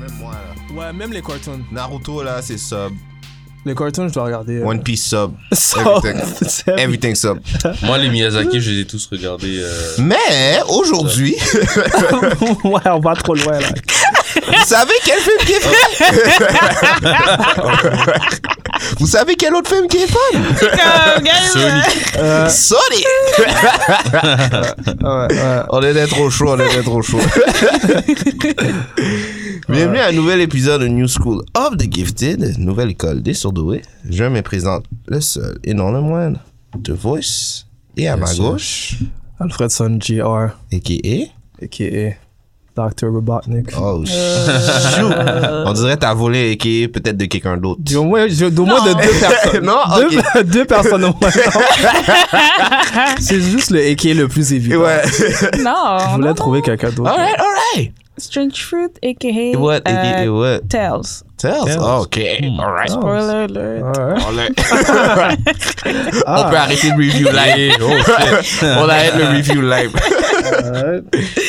Même moi, là. Ouais, même les cartoons. Naruto, là, c'est sub. Les cartoons, je dois regarder. euh, One Piece, sub. ça. Everything. Everything sub. Moi, les Miyazaki, je les ai tous regardés. euh, Mais, aujourd'hui, ouais, on va trop loin là. vous savez quel film qui est fait? vous savez quel autre film qui est Euh, fait? Sonic. Sonic! Ouais, ouais. On était trop chaud, on était trop chaud. Bienvenue à un nouvel épisode de New School of the Gifted, nouvelle école des surdoués. Je me présente le seul et non le moindre, The Voice. Et à ma gauche, Alfredson Jr. a.k.a. a.k.a. Dr. Robotnik. Oh, shoot. On dirait t'as volé et peut-être de quelqu'un d'autre. Du moins, je- du moins de deux personnes. Non, Deux- ok. deux, personnes au moins. non. C'est juste le a.k.a. le plus évident. Ouais. Non. Je voulais trouver quelqu'un d'autre. alright, alright. Strange Fruit, aka. Et what? Et, et euh, what? Tales. Tales. Oh, ok. Ah, Alright. Spoiler alert. Ouais. On, l'a- On peut arrêter le review live. On arrête le review live.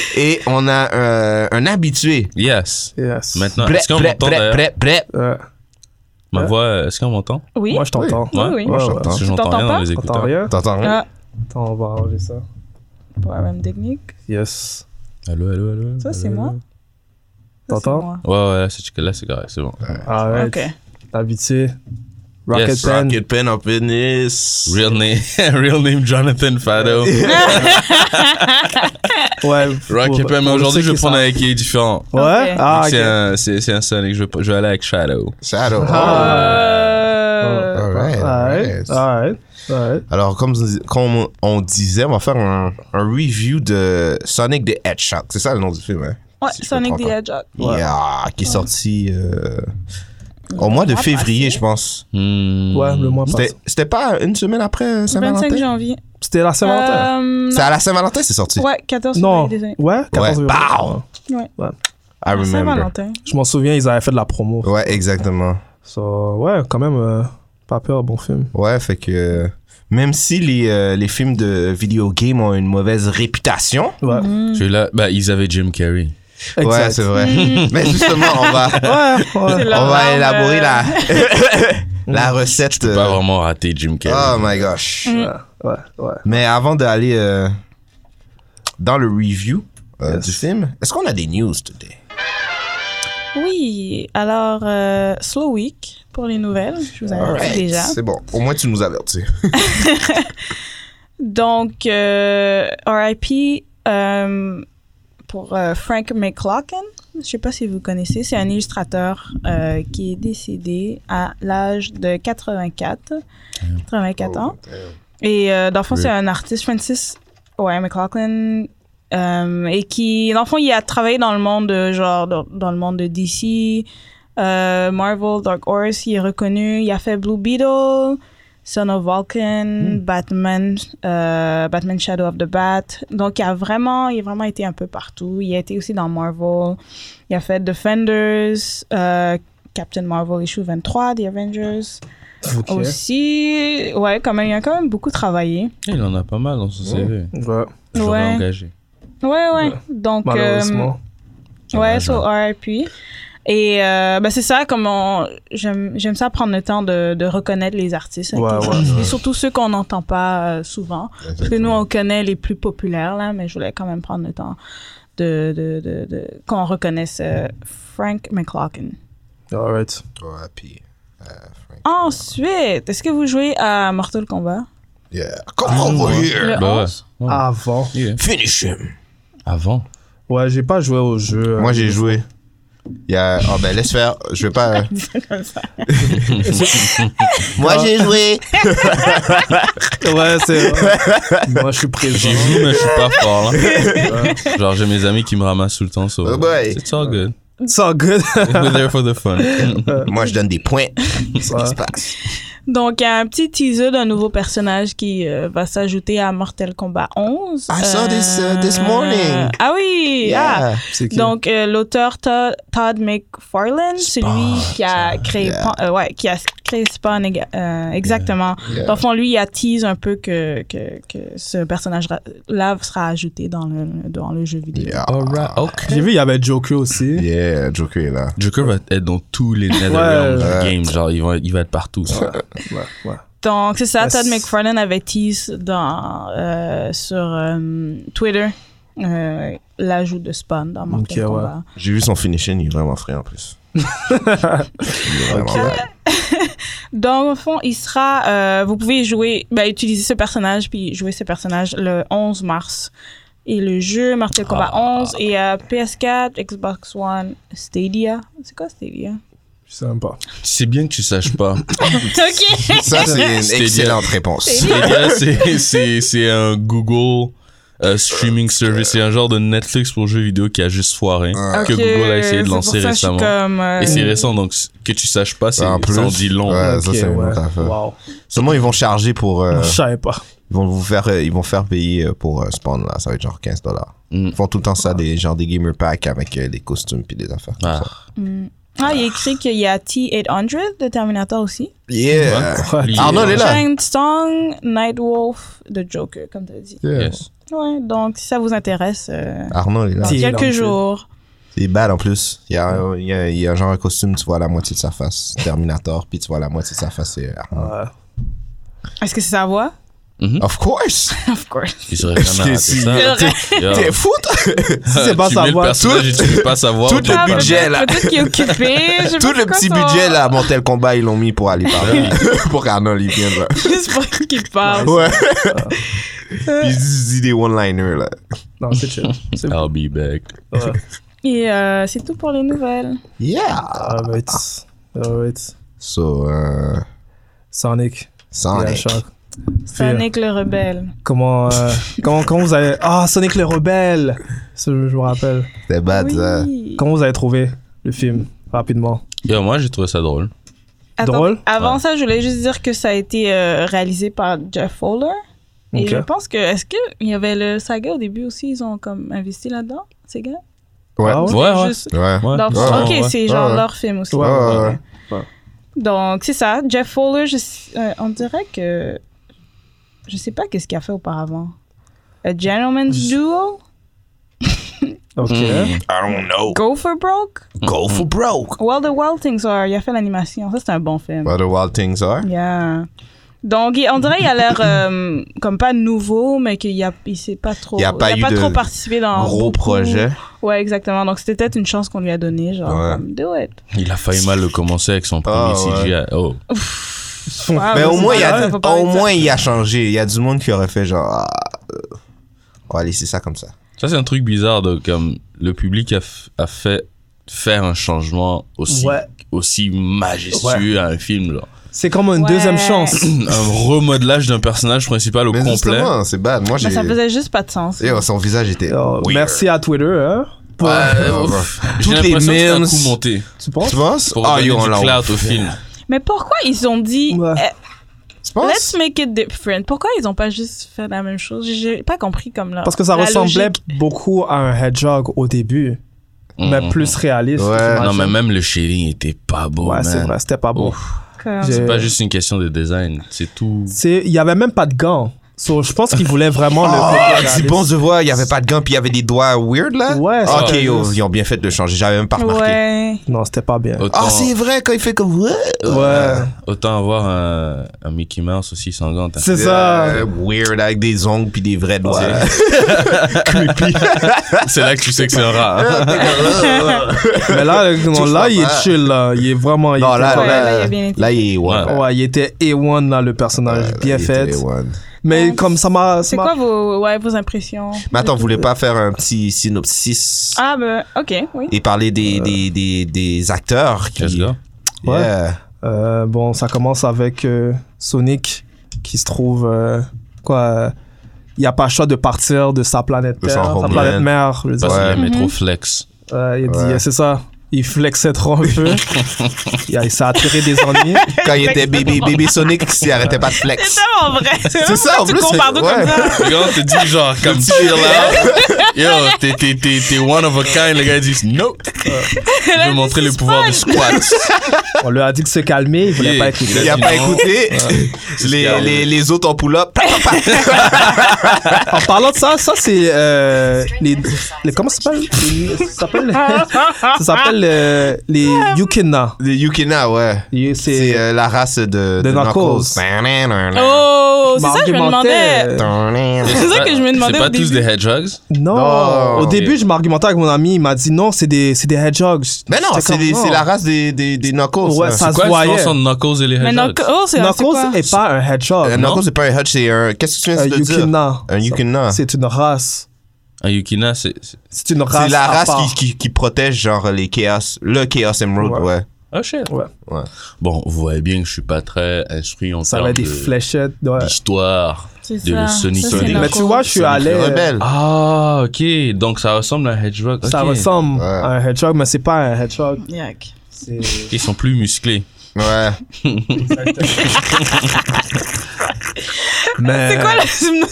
Et on a euh, un habitué. Yes. Yes. Maintenant, Prêt, est-ce qu'on prêt, m'entend prêt, d'ailleurs? prêt, prêt. Ouais. Ma voix, euh, est-ce qu'on m'entend Oui. ah, Moi, je t'entends. Oui, oui. Moi, je Ouais, t'entends. Parce que j'entends T'entends rien pas dans les T'entends écouteurs. rien? T'entends rien? Ah, Attends, on va arranger ça. pour la même technique. Yes. Allô, allô, allô. Ça, allô, c'est allô. moi. Ça, c'est Euh, T'entends? moi. Ouais, ouais, là, c'est là, c'est correct, c'est bon. Alright. Ok. T'es habitué. Rocket Yes, Band. Rocket pen up in this. Real name, real name Jonathan Fado. Ouais. Rocket pour- Pen, ben, mais pour aujourd'hui, ceux je vais qui prendre savent. un qui est différent. Ouais? Ok. Ah, Vu ok. que C'est un, c'est, c'est un Sonic, je vais, je vais aller avec Shadow. Shadow. Ah. Euh, Alright, alright. Alright, alright, alright. Alors, comme, comme on disait, on va faire un, un review de Sonic the Hedgehog. C'est ça le nom du film, hein? Ouais, Si je Sonic the comprends pas. Hedgehog. Yeah, qui est sorti euh, au mois de mois février, je pense. Hmm. Ouais, le mois passé. C'était- C'était pas une semaine après euh, 25 Saint-Valentin? janvier. C'était la Saint-Valentin. Euh, C'est à la Saint-Valentin, c'est sorti. non. Ouais, 14 non, février, désolé. ouais, 14 Ouais, euros. pow! Ouais. I remember. Saint-Valentin. Je m'en souviens, ils avaient fait de la promo. Ouais, exactement. So, ouais, quand même, euh, pas peur, bon film. Ouais, fait que euh, même si les, euh, les films de video game ont une mauvaise réputation, Ouais, Celui-là, bah, ils avaient Jim Carrey. exact. ouais, c'est vrai. Mais justement, on va, Ouais, ouais. C'est Hmm. Oh la on va norme, élaborer euh, la, la recette. euh, Pas vraiment raté Jim Carrey. Ah, Oh my gosh. Hmm. Ouais, ouais. Mais avant d'aller euh, dans le review euh, Yes. du film, est-ce qu'on a des news today? Oui, alors, euh, Slow Week pour les nouvelles, je vous avais Alright, dit Ben, déjà. C'est bon. Au moins, tu nous avertis. Donc, euh, RIP euh, pour euh, Frank McLaughlin. Je ne sais pas si vous connaissez, c'est un illustrateur euh, qui est décédé à l'âge de 84, 84 ans. Et euh, dans le fond, Oui. c'est un artiste, Francis ouais, McLaughlin, euh, et qui, dans le fond, il a travaillé dans le monde, de, genre, dans, dans le monde de DC, euh, Marvel, Dark Horse, il est reconnu. Il a fait Blue Beetle, Son of Vulcan, Batman, euh, Batman Shadow of the Bat. Donc, il a vraiment, il a vraiment été un peu partout. Il a été aussi dans Marvel. Il a fait Defenders, euh, Captain Marvel issue 23, The Avengers. Ok. Aussi, ouais, quand même, il a quand même beaucoup travaillé. Il en a pas mal dans son CV. Ouais, Toujours Ouais. engagé. Ouais, ouais. Donc, euh, malheureusement. ouais, Dommage, so RIP. Et euh, ben, c'est ça, comme on- j'aime j'aime ça prendre le temps de, de reconnaître les artistes. Ouais, ok. ouais, Et surtout ceux qu'on n'entend pas euh, souvent. Parce que nous, on connaît les plus populaires, là, mais je voulais quand même prendre le temps de, de, de, de- qu'on reconnaisse euh, Frank McLaughlin. Alright. Ouais, puis, euh, Ah, Frank. Ensuite, est-ce que vous jouez à Mortal Kombat? Yeah. Come Oh, over here. Le Bah ouais. 11? Ouais. Avant. Yeah. Finish him. Avant. Ouais, j'ai pas joué au jeu. euh, Moi, j'ai joué. Il y a. Oh, ben, laisse faire. Je vais pas. euh. comme ça. Moi, j'ai joué. Ouais, c'est vrai. Moi, je suis présent. J'y joue, mais je suis pas fort. là. Genre, j'ai mes amis qui me ramassent tout le temps. So Oh boy. It's all good. It's all good. We're there for the fun. Moi, je donne des points. Qu'est-ce qui se passe? Donc, il y a un petit teaser d'un nouveau personnage qui euh, va s'ajouter à Mortal Kombat 11. I saw this, uh, this morning. Ah oui! ah. Yeah. C'est qui? Donc, euh, l'auteur Todd, Todd McFarlane, celui qui a créé, yeah. Pan- euh, ouais, qui a créé Spawn, éga- euh, exactement. Dans le fond, lui, il attise un peu que, que, que ce personnage-là sera ajouté dans le, dans le jeu vidéo. Yeah. Alright, ok. J'ai vu, il y avait Joker aussi. Yeah, Joker est là. Joker va être dans tous les Ouais. Netherlands du game. Genre, il va, il va être partout. Ouais, ouais. Donc, c'est ça, Ouais, Todd c'est- McFarlane avait tease dans, euh, sur euh, Twitter euh, l'ajout de Spawn dans Mortal Ok, ouais. Kombat. J'ai vu son finishing, il est vraiment frais en plus. Il est vraiment là. Donc, au fond, il sera. euh, vous pouvez jouer, ben, utiliser ce personnage, puis jouer ce personnage le 11 mars. Et le jeu Ah. Mortal Kombat 11 et euh, PS4, Xbox One, Stadia. C'est quoi Stadia? Je sais même pas. C'est bien que tu saches pas. ok! Ça, c'est une Stadia. excellente réponse. Les gars, c'est- c'est c'est un Google euh, streaming service. C'est un genre de Netflix pour jeux vidéo qui a juste foiré. Que Ok, Google a essayé c'est de pour lancer ça que je suis récemment. comme, euh, Et c'est récent, donc c- que tu saches pas, c'est En plus, ça en dit long. ouais. Ah, ça, Ok, c'est une ouais. autre affaire. Wow. Seulement, ils vont charger pour. euh, Je savais pas. ils vont vous faire, euh, ils vont faire payer euh, pour euh, spawn là. Ça va être genre 15 dollars. Mm. Ils font tout le temps ça, des genre des gamer packs avec euh, des costumes puis des affaires. comme Ah. ça. Ah, il y a écrit qu'il y a T-800 de Terminator aussi. Yeah. Ouais. Lié. Arnaud il est là. Giant Song, Nightwolf, The Joker, comme tu as dit. Yes. Ouais, donc si ça vous intéresse, euh, Arnaud il est là. Ti- quelques Longfield. jours. C'est bad en plus. Il y a, il y a- il y a genre un costume, tu vois la moitié de sa face, Terminator, puis tu vois la moitié de sa face, c'est euh, Arnaud. Ouais. Est-ce que c'est sa voix? Of course. Of course. Ils auraient jamais raté si- ça. Yo. T'es fou. toi? Si c'est pas Euh, tu sa mets voix, le personnage tout- et tu veux pas savoir. tout on peut le pas. budget, là. Peut-être qu'il est occupé. je sais Tout pas le quoi, petit son- budget là, à Mortel Combat, ils l'ont mis pour aller parler, pour qu'Arnaud il vienne là. Juste pour qu'il parle. Ouais. Ils disent des one-liners là. Non, c'est chill. C'est bon. I'll be back. Ouais. Et euh, c'est tout pour les nouvelles. Yeah. Alright. Alright. So, euh, oh, Sonic. Yeah, Sonic. Shock. Sonic le rebelle. Comment, euh, comment, comment vous avez. Ah, Sonic le rebelle Ça, Je je me rappelle. C'était bad, Ah, ça. Oui. Comment vous avez trouvé le film Rapidement. Yo, moi, j'ai trouvé ça drôle. Attends, Drôle. Avant Ouais. ça, je voulais juste dire que ça a été euh, réalisé par Jeff Fowler. Et Ok. je pense que. Est-ce qu'il y avait le saga au début aussi Ils ont comme investi là-dedans, ces gars Ouais. Ah ouais? Ouais, ouais. Juste- Ouais. Ouais. dans le fond, Ouais, ok, ouais. c'est genre ouais. leur film aussi. Ouais, ouais, ouais. Ouais. Donc, c'est ça. Jeff Fowler, je sais- euh, on dirait que. Je sais pas qu'est-ce qu'il a fait auparavant. A Gentleman's Duel Ok. Hmm. I don't know. Go for Broke Go for broke. Well, The Wild Things Are. Il a fait l'animation. Ça, c'est un bon film. What the wild things are. Yeah. Donc, il- on dirait qu'il a l'air euh, comme pas nouveau, mais qu'il y a, il s'est pas trop, Il y a pas eu de trop participé dans Gros Ah, beaucoup. projet. Ouais, exactement. Donc, c'était peut-être une chance qu'on lui a donnée, genre, Ouais. comme, do it. Il a failli mal le commencer avec son premier Ah, ouais. CGI. Oh. Ah, mais au c'est moins, il y pas grave, a, ça, faut pas au dire ça. moins, il a changé. Il y a du monde qui aurait fait genre. ah, euh, on va laisser ça comme ça. Ça, c'est un truc bizarre de comme le public a, f- a fait faire un changement aussi, Ouais. aussi majestueux à un film. Là. C'est comme une Ouais. deuxième chance. un remodelage d'un personnage principal au Mais complet. justement, c'est bad. Moi, j'ai. Mais Bah, ça faisait juste pas de sens. Yo, son visage était. Alors, weird. Oh, merci à Twitter, hein, pour- Euh, Oh, ouf. J'ai Toutes les l'impression que c'est un memes. coup monté tu penses Tu penses? pour Ah, donner yo, on du l'a clout au ouf. film. Mais pourquoi ils ont dit Ouais. eh, Tu Let's penses? make it different Pourquoi ils ont pas juste fait la même chose J'ai- J'ai pas compris comme là. Parce que ça la ressemblait logique. beaucoup à un hedgehog au début, mais plus réaliste. Ouais. j'imagine. Hmm. Non, mais même le shading était pas beau. Ouais, man. c'est vrai, c'était pas beau. Comme- J'ai- C'est pas juste une question de design, c'est tout. C'est- Il y avait même pas de gants. So, je pense qu'ils voulaient vraiment le. Ah, côté c'est réaliste. bon de voir, il y avait pas de gants puis il y avait des doigts weird là. Ouais, Ah, Ok, c'était yo, juste- ils ont bien fait de le changer. J'avais même pas remarqué. Ouais. Non, c'était pas bien. Autant, Ah, c'est vrai, quand il fait comme. Ouais. Ouais, autant avoir un, un Mickey Mouse aussi sanglant. hein. c'est ça. Euh, weird, avec des ongles puis des vrais doigts. C'est là que tu sais que c'est un rat. hein. Mais là, le- non, Touche là pas il pas. est chill, là. Il est vraiment. il non, est là, correct. là, il là, a bien été. là, il est. Ouais. Ouais, il était A1, là, le personnage. Ouais, bien il fait. était one. Mais Donc, comme ça m'a. ça C'est m'a- quoi vos, ouais, vos impressions? Mais attends, vous voulez pas faire un petit synopsis Ah, ben, ok, oui. et parler des, des, des, des acteurs qui... Let's go. Ouais. Yeah. Euh, bon, ça commence avec euh, Sonic qui se trouve. euh, quoi euh, Il a pas le choix de partir de sa planète De son Terre, sa homeland. planète mère. Je veux dire. Parce que la Ouais. métro flex. Euh, il a dit, Ouais. c'est ça. Il flexait trop un peu. il, a- il s'est attiré des ennuis. Quand il était bébé, bébé Sonic, il arrêtait pas de flex. C'est tellement vrai. C'est ça, en Tu plus, compares c'est- tout comme ouais. ça. Le gars, on te dit genre, comme tu es hein. là, yo, t'es- t'es- t'es t'es one of a kind. Le gars, il dit, no. Je vais montrer le pouvoir du squat. On lui a dit de se calmer, il voulait Yeah. pas écouter. Il a Non. pas écouté. qu'il y a. Les, les, les autres en pull-up. En parlant de ça, ça c'est euh, les, les comment ça s'appelle Les- Ça s'appelle ça s'appelle euh, les Yukina. Les Yukina, ouais. Et C'est C'est euh, la race de, De Knuckles. Knuckles. Oh, c'est ça que je me m'argumentais, demandais. euh, C'est ça pas- que je me demandais C'est pas au tous début. des hedgehogs. Non. Non. Au début, je m'argumentais avec mon ami, il m'a dit non, c'est des c'est des hedgehogs. Mais Ben non, J'étais c'est comme, les- non. c'est la race des, des, des Knuckles. Ouais, ça. ça se Quoi la différence voyait. entre Knuckles et les Mais hedgehogs? Knuckles, oh, c'est c'est quoi? Knuckles est pas un hedgehog. Un Non. Knuckles, Euh, c'est pas un Hutch, c'est un. Qu'est-ce que tu viens Un de dire? Yukina. Un Yukina. C'est une race. Un Yukina, c'est. c'est- C'est une race. C'est la à race part. qui, qui, qui protège, genre, les Chaos. Le Chaos Emerald, Ouais. ouais. Oh shit. Ouais. Ouais. Bon, vous voyez bien que je suis pas très instruit en Ça termes avait des de- fléchettes. ouais. d'histoire. C'est De ça. le Sonic Ça, c'est Sonic. Mais Bah, tu vois, je suis C'est euh, allé. euh, rebelle. Ah, ok. Donc ça ressemble à un hedgehog. Ça Ok. ressemble Ouais. à un hedgehog, mais c'est pas un hedgehog. Yuck. C'est Ils sont plus musclés. Ouais. Mais- C'est quoi le.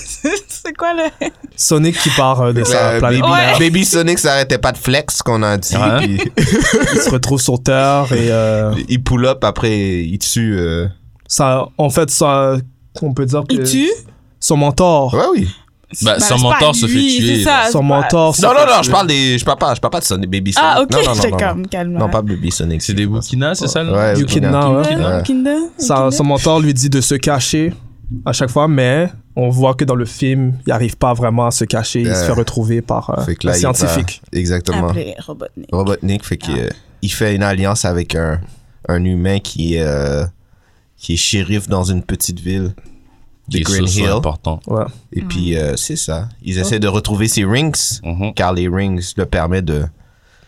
C'est quoi le. Sonic qui part euh, de sa Ouais, planète. Ben, Baby, Ouais. Baby Sonic s'arrêtait pas de flex, qu'on a dit. Ouais. puis Il se retrouve sur Terre et euh, il pull up, après, il tue. euh, ça, en fait, ça, on peut dire que Il tue? son mentor, Ouais, oui. Bah, Bah, son c'est pas mentor se lui, fait tuer, c'est ça, là. Ah, c'est son pas- mentor, Non, non, non, je parle des. Je parle pas, je parle pas de Sonic, Baby Sonic. Ah, ok, Non, non, non, j'étais non, comme, calme. Non, pas Baby Sonic. C'est des Wukina, c'est ça le nom? Ouais, Yukina, Yukina. ouais. Kinder, Ouais. Kinder, Sa- Kinder. son mentor lui dit de se cacher à chaque fois, mais on voit que dans le film, il n'arrive pas vraiment à se cacher. Il Ouais. se fait retrouver par euh, Fait que un là, il va- scientifique. Exactement. Appelé Robotnik. Robotnik, fait Ah. qu'il euh, il fait une alliance avec un, un humain qui est, euh, qui est shérif dans une petite ville de Des Green sauces sont Hill. importants. Ouais. Oh. Et puis, euh, c'est ça. Ils essaient de retrouver ses rings, Mhm. car les rings le permettent de.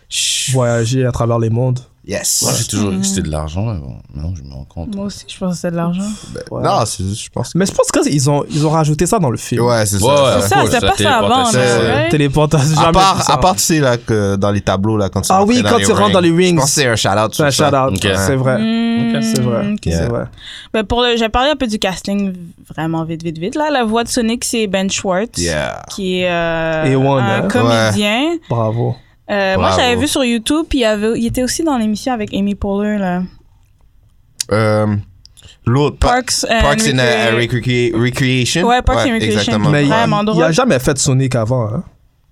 Chut. Voyager à travers les mondes. Yes. Moi, j'ai toujours dit que c'était de l'argent, mais bon, maintenant je me rends compte. Moi aussi, je pense que c'est de l'argent. Ouais. Non, c'est- je pense que. Mais je pense qu'ils ont, ils ont rajouté ça dans le film. Ouais, c'est Ouais, ça. ouais. C'est ça. ça, cool, c'était ça, pas ça avant. téléportation, là, c'est- ouais. Téléportation, À jamais vu part, ça. à part, tu sais, là, que dans les tableaux, là, quand tu Ah rentrais oui, dans quand les tu rentres dans les rings. Je pense que c'est un shout-out. C'est un sur ça. shout-out. Ok. C'est vrai. Hmm, Ok. C'est vrai. ok. C'est Yeah. vrai. Ben pour le, j'ai parlé un peu du casting vraiment vite, vite, vite. Là, la voix de Sonic, c'est Ben Schwartz, Yeah. qui est euh, Et One, un hein. comédien. Bravo. Euh, moi, Bravo. j'avais vu sur YouTube, puis il, y avait, il était aussi dans l'émission avec Amy Poehler, là. Euh, L'autre, pa- Parks and Parks and uh, Recre- Recre- Recreation. Euh, Ouais, Parks and Recreation. Exactement. Mais il Vraiment il drôle. a jamais fait de Sonic avant. hein.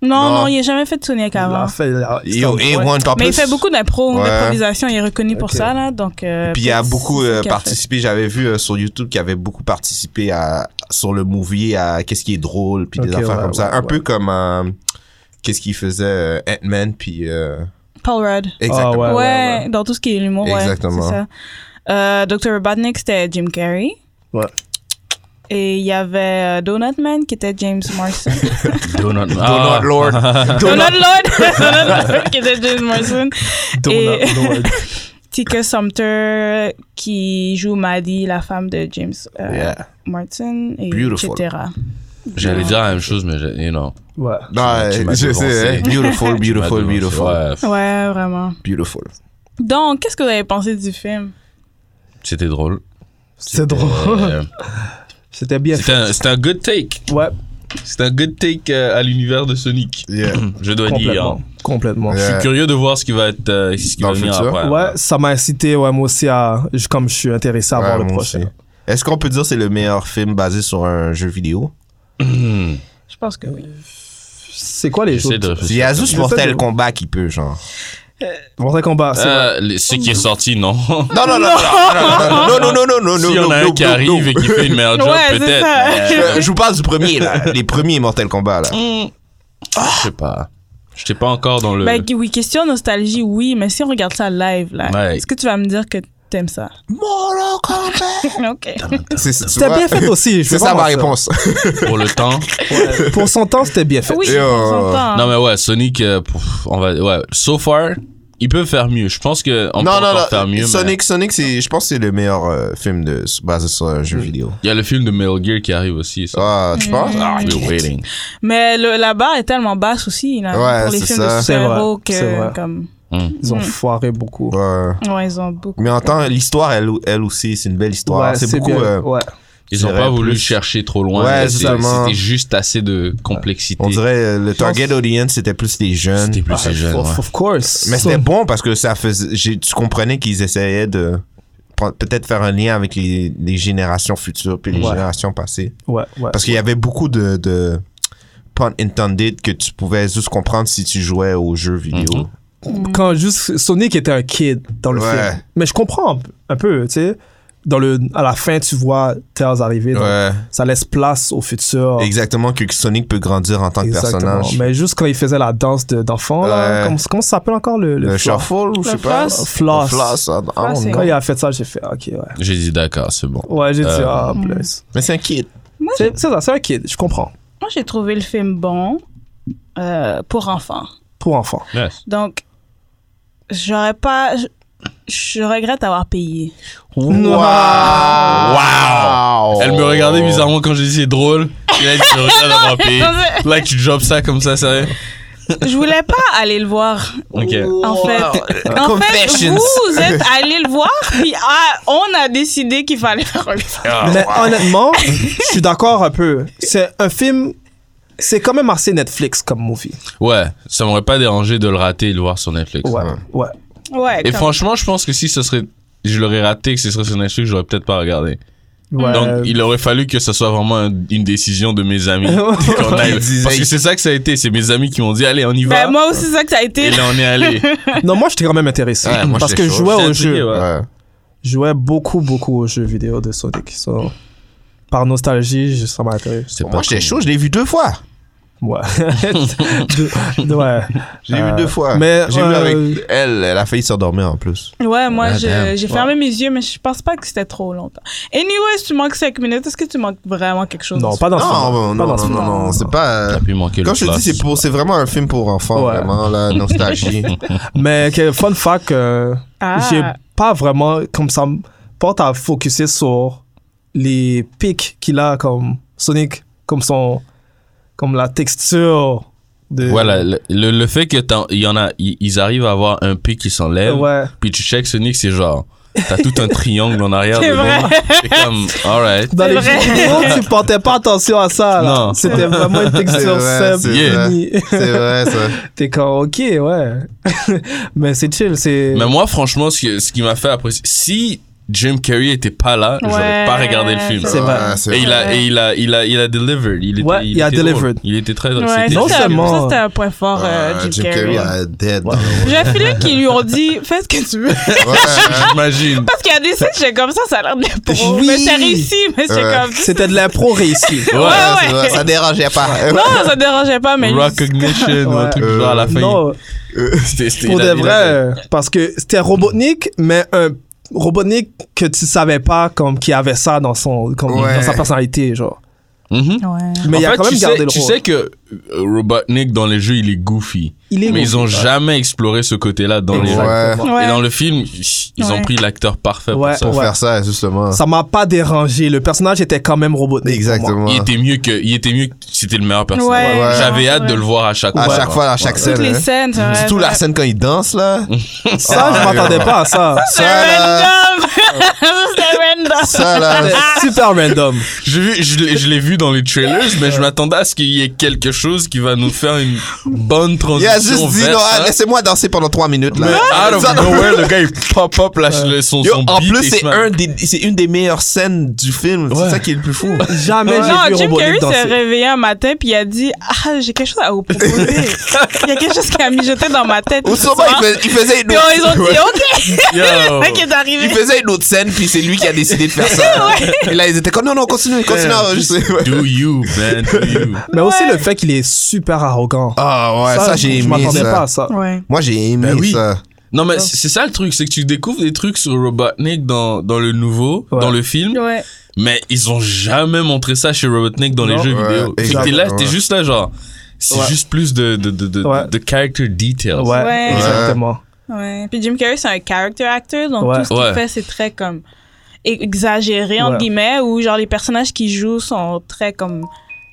Non, Non. non, il n'a jamais fait de Sonic Il avant. a fait- il a- Yo, c'est un- A1, en Mais il plus. fait beaucoup d'impro, Ouais. d'improvisation, il est reconnu pour Ok. ça, là. Donc, euh, Puis il a peut-être beaucoup c'est ça euh, qu'il a fait. participé. J'avais vu euh, sur YouTube qu'il avait beaucoup participé à, sur le movie à qu'est-ce qui est drôle, puis des Ok, affaires ouais, comme ça. ouais, Un ouais. peu comme euh, qu'est-ce qu'il faisait euh, Ant-Man, puis euh, Paul Rudd. exactement. Ah, ouais. Ouais, dans tout ce qui est l'humour, ouais. Exactement. C'est ça. Euh, Dr. Robotnik, c'était Jim Carrey. Ouais. Et il y avait euh, Donut Man qui était James Marsden. Donut, Donut Lord. Donut Lord! Donut Lord qui était James Marsden. Donald Et- Lord. Tika Sumter qui joue Maddie, la femme de James euh, Yeah. Martin, et Beautiful. etc. J'allais dire la même chose, mais j'ai- you know. Ouais. Non, Tu m'as Bah, je sais. devancé. hein. Beautiful, Tu m'as beautiful, devancé. beautiful. Ouais, f- Ouais, vraiment. Beautiful. Donc, qu'est-ce que vous avez pensé du film? c'était drôle. C'est drôle. Euh, C'était bien C'était fait. un, c'était un good take. Ouais, C'était un good take euh, à l'univers de Sonic. Yeah. Je dois dire. hein. complètement. Complètement. Yeah. Je suis curieux de voir ce qui va être, euh, ce qui Euh, Dans va le venir futur. après. Ouais, ça m'a incité, ouais, moi aussi, à, je- comme je suis intéressé à Ouais, voir le moi prochain. aussi. Est-ce qu'on peut dire que c'est le meilleur film basé sur un jeu vidéo? Hmm. Euh, Je pense que oui. C'est quoi les J'essaie jeux de Il y réfléchir. a juste Je sais Mortal pas. Kombat qui peut, genre. Mortal Kombat, c'est vrai. Euh, les- ce qui est sorti, non. Non, non, non, non, non, non, non, non, non, non, S'il y non, en a non, un qui non, arrive non. et qui fait une meilleure job, Ouais, c'est peut-être. ça. mais- euh, Je, je vous parle du premier, là. Les premiers Mortal Kombat, là. Mm. Ah, Je sais pas. Je Euh, Bah, sais pas encore dans le. Ben, qui- oui, question nostalgie, oui, mais si on regarde ça live, là, Ouais. est-ce que tu vas me dire que t'aimes ça. Mortal Kombat! Ok. C'est- tu C'était vois, bien fait aussi. je C'est peux ça pas ma mentir. réponse. pour le temps. Ouais. Pour son temps, c'était bien fait. Oui, Yo. j'entends. Non, mais ouais, Sonic, euh, pff, on va. Ouais, so far, ils peuvent faire mieux. Je pense qu'on peut non, non, encore faire non. mieux. mais- Sonic, Sonic, c'est, je pense que c'est le meilleur euh, film de, basé sur un Mm. jeu vidéo. Il y a le film de Metal Gear qui arrive aussi. Ça. Ah, Mm. tu penses? Ah, We're ok. waiting. Mais le- la barre est tellement basse aussi là, Ouais, pour les c'est films ça. C'est de super-héros vrai, c'est vrai. que comme Ils ont foiré beaucoup. Ouais. ouais, ils ont beaucoup. Mais en temps, l'histoire, elle, elle aussi, c'est une belle histoire. Ouais, c'est beaucoup. bien, euh, ouais. Ils ont dirais pas voulu plus- chercher trop loin. Ouais, mais c'est- justement. C'était juste assez de complexité. on dirait Ah, euh, le target audience, c'était plus les jeunes. C'était plus ces jeunes. ouais. Of, of course. Mais So- c'était bon parce que ça faisait, j'ai- tu comprenais qu'ils essayaient de pre- peut-être faire un lien avec les, les générations futures puis les Ouais. générations passées. Ouais, ouais. Parce qu'il y avait beaucoup de, de pun intended que tu pouvais juste comprendre si tu jouais aux jeux vidéo. Mmh. Quand juste Sonic était un kid dans le Ouais. film. Mais je comprends un peu, tu sais. Dans le, à la fin, tu vois Tails arriver. donc Ouais. ah. Ça laisse place au futur. Exactement, que Sonic peut grandir en tant que personnage. Mais juste quand il faisait la danse de- d'enfant, là, Ouais. comment, comment ça s'appelle encore le, Le floor? shuffle ou je sais pas. ah, floss. Floss. Le floss, I don't Floss, know. Quand il a fait ça, j'ai fait, ah, ok, ouais. J'ai dit d'accord, c'est bon. Ouais, j'ai dit, Euh, ah, bless. Mais c'est un kid. C'est c'est ça, c'est un kid, je comprends. Moi, j'ai trouvé le film bon euh, pour enfants. Pour enfant. Yes. Donc, j'aurais pas. Je, je regrette d'avoir payé. Wow. Wow. Elle me Oh. regardait bizarrement quand j'ai dit c'est drôle. Et là, elle dit, je regarde d'avoir payé. Là, tu drops ça comme ça, sérieux. Je voulais pas aller le voir. Ok. En fait, Euh, en fait, Confessions. vous êtes allé le voir, puis ah, on a décidé qu'il fallait le regarder. Mais honnêtement, je suis d'accord un peu. C'est un film. C'est quand même assez Netflix comme movie. Ouais, ça m'aurait pas dérangé de le rater et le voir sur Netflix. Ouais, ouais. Ouais, Et comme- franchement, je pense que si ce serait. Je l'aurais raté, que ce serait sur Netflix, j'aurais peut-être pas regardé. ouais. Donc, il aurait fallu que ça soit vraiment un- une décision de mes amis. Qu'on aille- disaient- Parce que c'est ça que ça a été. C'est mes amis qui m'ont dit, allez, on y va. ben, moi aussi, c'est ça que ça a été. et là, on est allé. Non, moi, j'étais quand même intéressé. Ouais, moi, parce j'étais que je chaud. jouais J'étais au jeu. intrigué, ouais. Ouais. Je jouais beaucoup, beaucoup aux jeux vidéo de Sonic. So, par nostalgie, je- ça m'a intéressé. C'est Moi, j'étais chaud, je l'ai vu deux fois. Ouais. De- de- ouais. J'ai Euh, vu deux fois. mais, j'ai vu euh, avec elle, elle a failli s'endormir en plus. Ouais, moi, Ah, je- damn. j'ai fermé mes yeux, mais je pense pas que c'était trop longtemps. Anyway, si tu manques 5 minutes, est-ce que tu manques vraiment quelque chose? Non, pas dans ce Non, film. non, Pas non, dans ce non, non, film. non, c'est pas. T'as pu manquer Quand le je te plot. dis, c'est pour, c'est vraiment un film pour enfants, Ouais. vraiment la nostalgie. Mais que- fun fact, euh, Ah. j'ai pas vraiment comme ça me porte à focuser sur les pics qu'il a comme Sonic, comme son, comme la texture de. Voilà, le, le- le fait que t'en- il y en a, i- ils arrivent à avoir un pic qui s'enlève, Ouais. puis tu checks Sonic, c'est genre, t'as tout un triangle en arrière. C'est devant. vrai. C'est comme, alright. Dans C'est les vrai. jeux vidéo, tu portais pas attention à ça. là. Non. C'était vraiment une texture vrai, simple. c'est vrai. finie. c'est vrai, ça. T'es quand ok, ouais. Mais c'est chill, c'est. Mais moi, franchement, ce, que- ce qui m'a fait apprécier, si Jim Carrey était pas là, j'aurais Ouais, pas regardé le film. C'est vrai. Ouais, c'est Et il vrai. a, et il a, il a, il a delivered. Il était, Ouais, il a était drôle. delivered. Il était très drôle. Ouais, C'était- Non ça, c'était un- seulement- Ça, c'était un point fort, euh, Ah, Jim, Carrey. a dead. Ouais. J'ai un feeling qu'ils lui ont dit, fais ce que tu veux. Ouais. J'imagine. Parce qu'il y a des scènes, j'étais comme ça, ça a l'air de l'impro. Oui. Mais c'est réussi, mais j'étais Ouais. comme C'était de l'impro réussi. Ouais. Ouais, ouais. c'est vrai, Ça dérangeait pas. Non, ça dérangeait pas, mais. Recognition ou un Ouais. Euh, truc genre à la fin. Non, C'était- c'était- pour il a- de il a- vrai, euh, parce que c'était Robotnik, mais un Robotnik que tu savais pas comme qui avait ça dans son comme, Ouais. dans sa personnalité genre. Mhm. Ouais. Mais En il a fait, quand même tu gardé sais, le Tu rôle. sais que euh, Robotnik dans les jeux, il est goofy. il mais ils ont jamais exploré ce côté-là dans les jeux. Ouais. Ouais. Et dans le film, ils ont Ouais. pris l'acteur parfait Ouais. pour ça. Pour Ouais. faire ça, justement. ça m'a pas dérangé. Le personnage était quand même Robotnik. pour moi. Exactement. Il était mieux que, il était mieux que c'était le meilleur personnage. Ouais, ouais. J'avais hâte de ouais. le voir à chaque À fois. chaque fois, à chaque Toutes scène. les hein. scènes, c'est vrai. Surtout la c'est scène quand il danse, là. Ça, je Ah, m'attendais ouais. pas à ça. vrai. Ça, là. C'est random! C'est Ça, random! là. C'était super random. Je, vu- je, l'ai- je l'ai vu dans les trailers, mais je m'attendais à ce qu'il y ait quelque chose qui va nous faire une bonne Il transition. a juste dit, vers non, ça. ah, laissez-moi danser pendant trois minutes, hein? Mais là. out of Ça- nowhere, le gars, il pop up la, le- son, Yo, son en beat plus, et c'est se met- un des- c'est une des meilleures scènes du film. C'est Ouais. ça qui est le plus fou. Jamais j'ai Non, vu Jim Carrey Robotnik s'est danser. réveillé un matin puis il a dit Ah, j'ai quelque chose à vous proposer. il y a quelque chose qui a mijoté dans ma tête. Au sommet, il, fais- il faisait une Puis autre, ils ont dit Ouais. Ok, Yo. mec est arrivé. il faisait une autre scène, puis c'est lui qui a décidé de faire ça. Et là, ils étaient comme, non, non, continue, continue à enregistrer. Ouais. Do you, man, do you. Mais aussi le fait qu'il est super arrogant. Ah ouais, ça, j'ai je aimé m'attendais ça. pas à ça. Ouais. Moi, j'ai aimé Ben oui. ça. Non, mais c'est c'est ça le truc, c'est que tu découvres des trucs sur Robotnik dans, dans le nouveau, Ouais. dans le film, Ouais. mais ils ont jamais montré ça chez Robotnik dans Non. les jeux Ouais, vidéo. Fait que T'es là, exactement, t'es ouais. juste là, genre, c'est Ouais. juste plus de, de, de, de, Ouais. de character details. Ouais, Ouais. exactement. Ouais. Puis Jim Carrey, c'est un character actor, donc Ouais. tout ce qu'il Ouais. fait, c'est très comme e- exagéré, entre Ouais. guillemets, ou genre les personnages qui jouent sont très comme.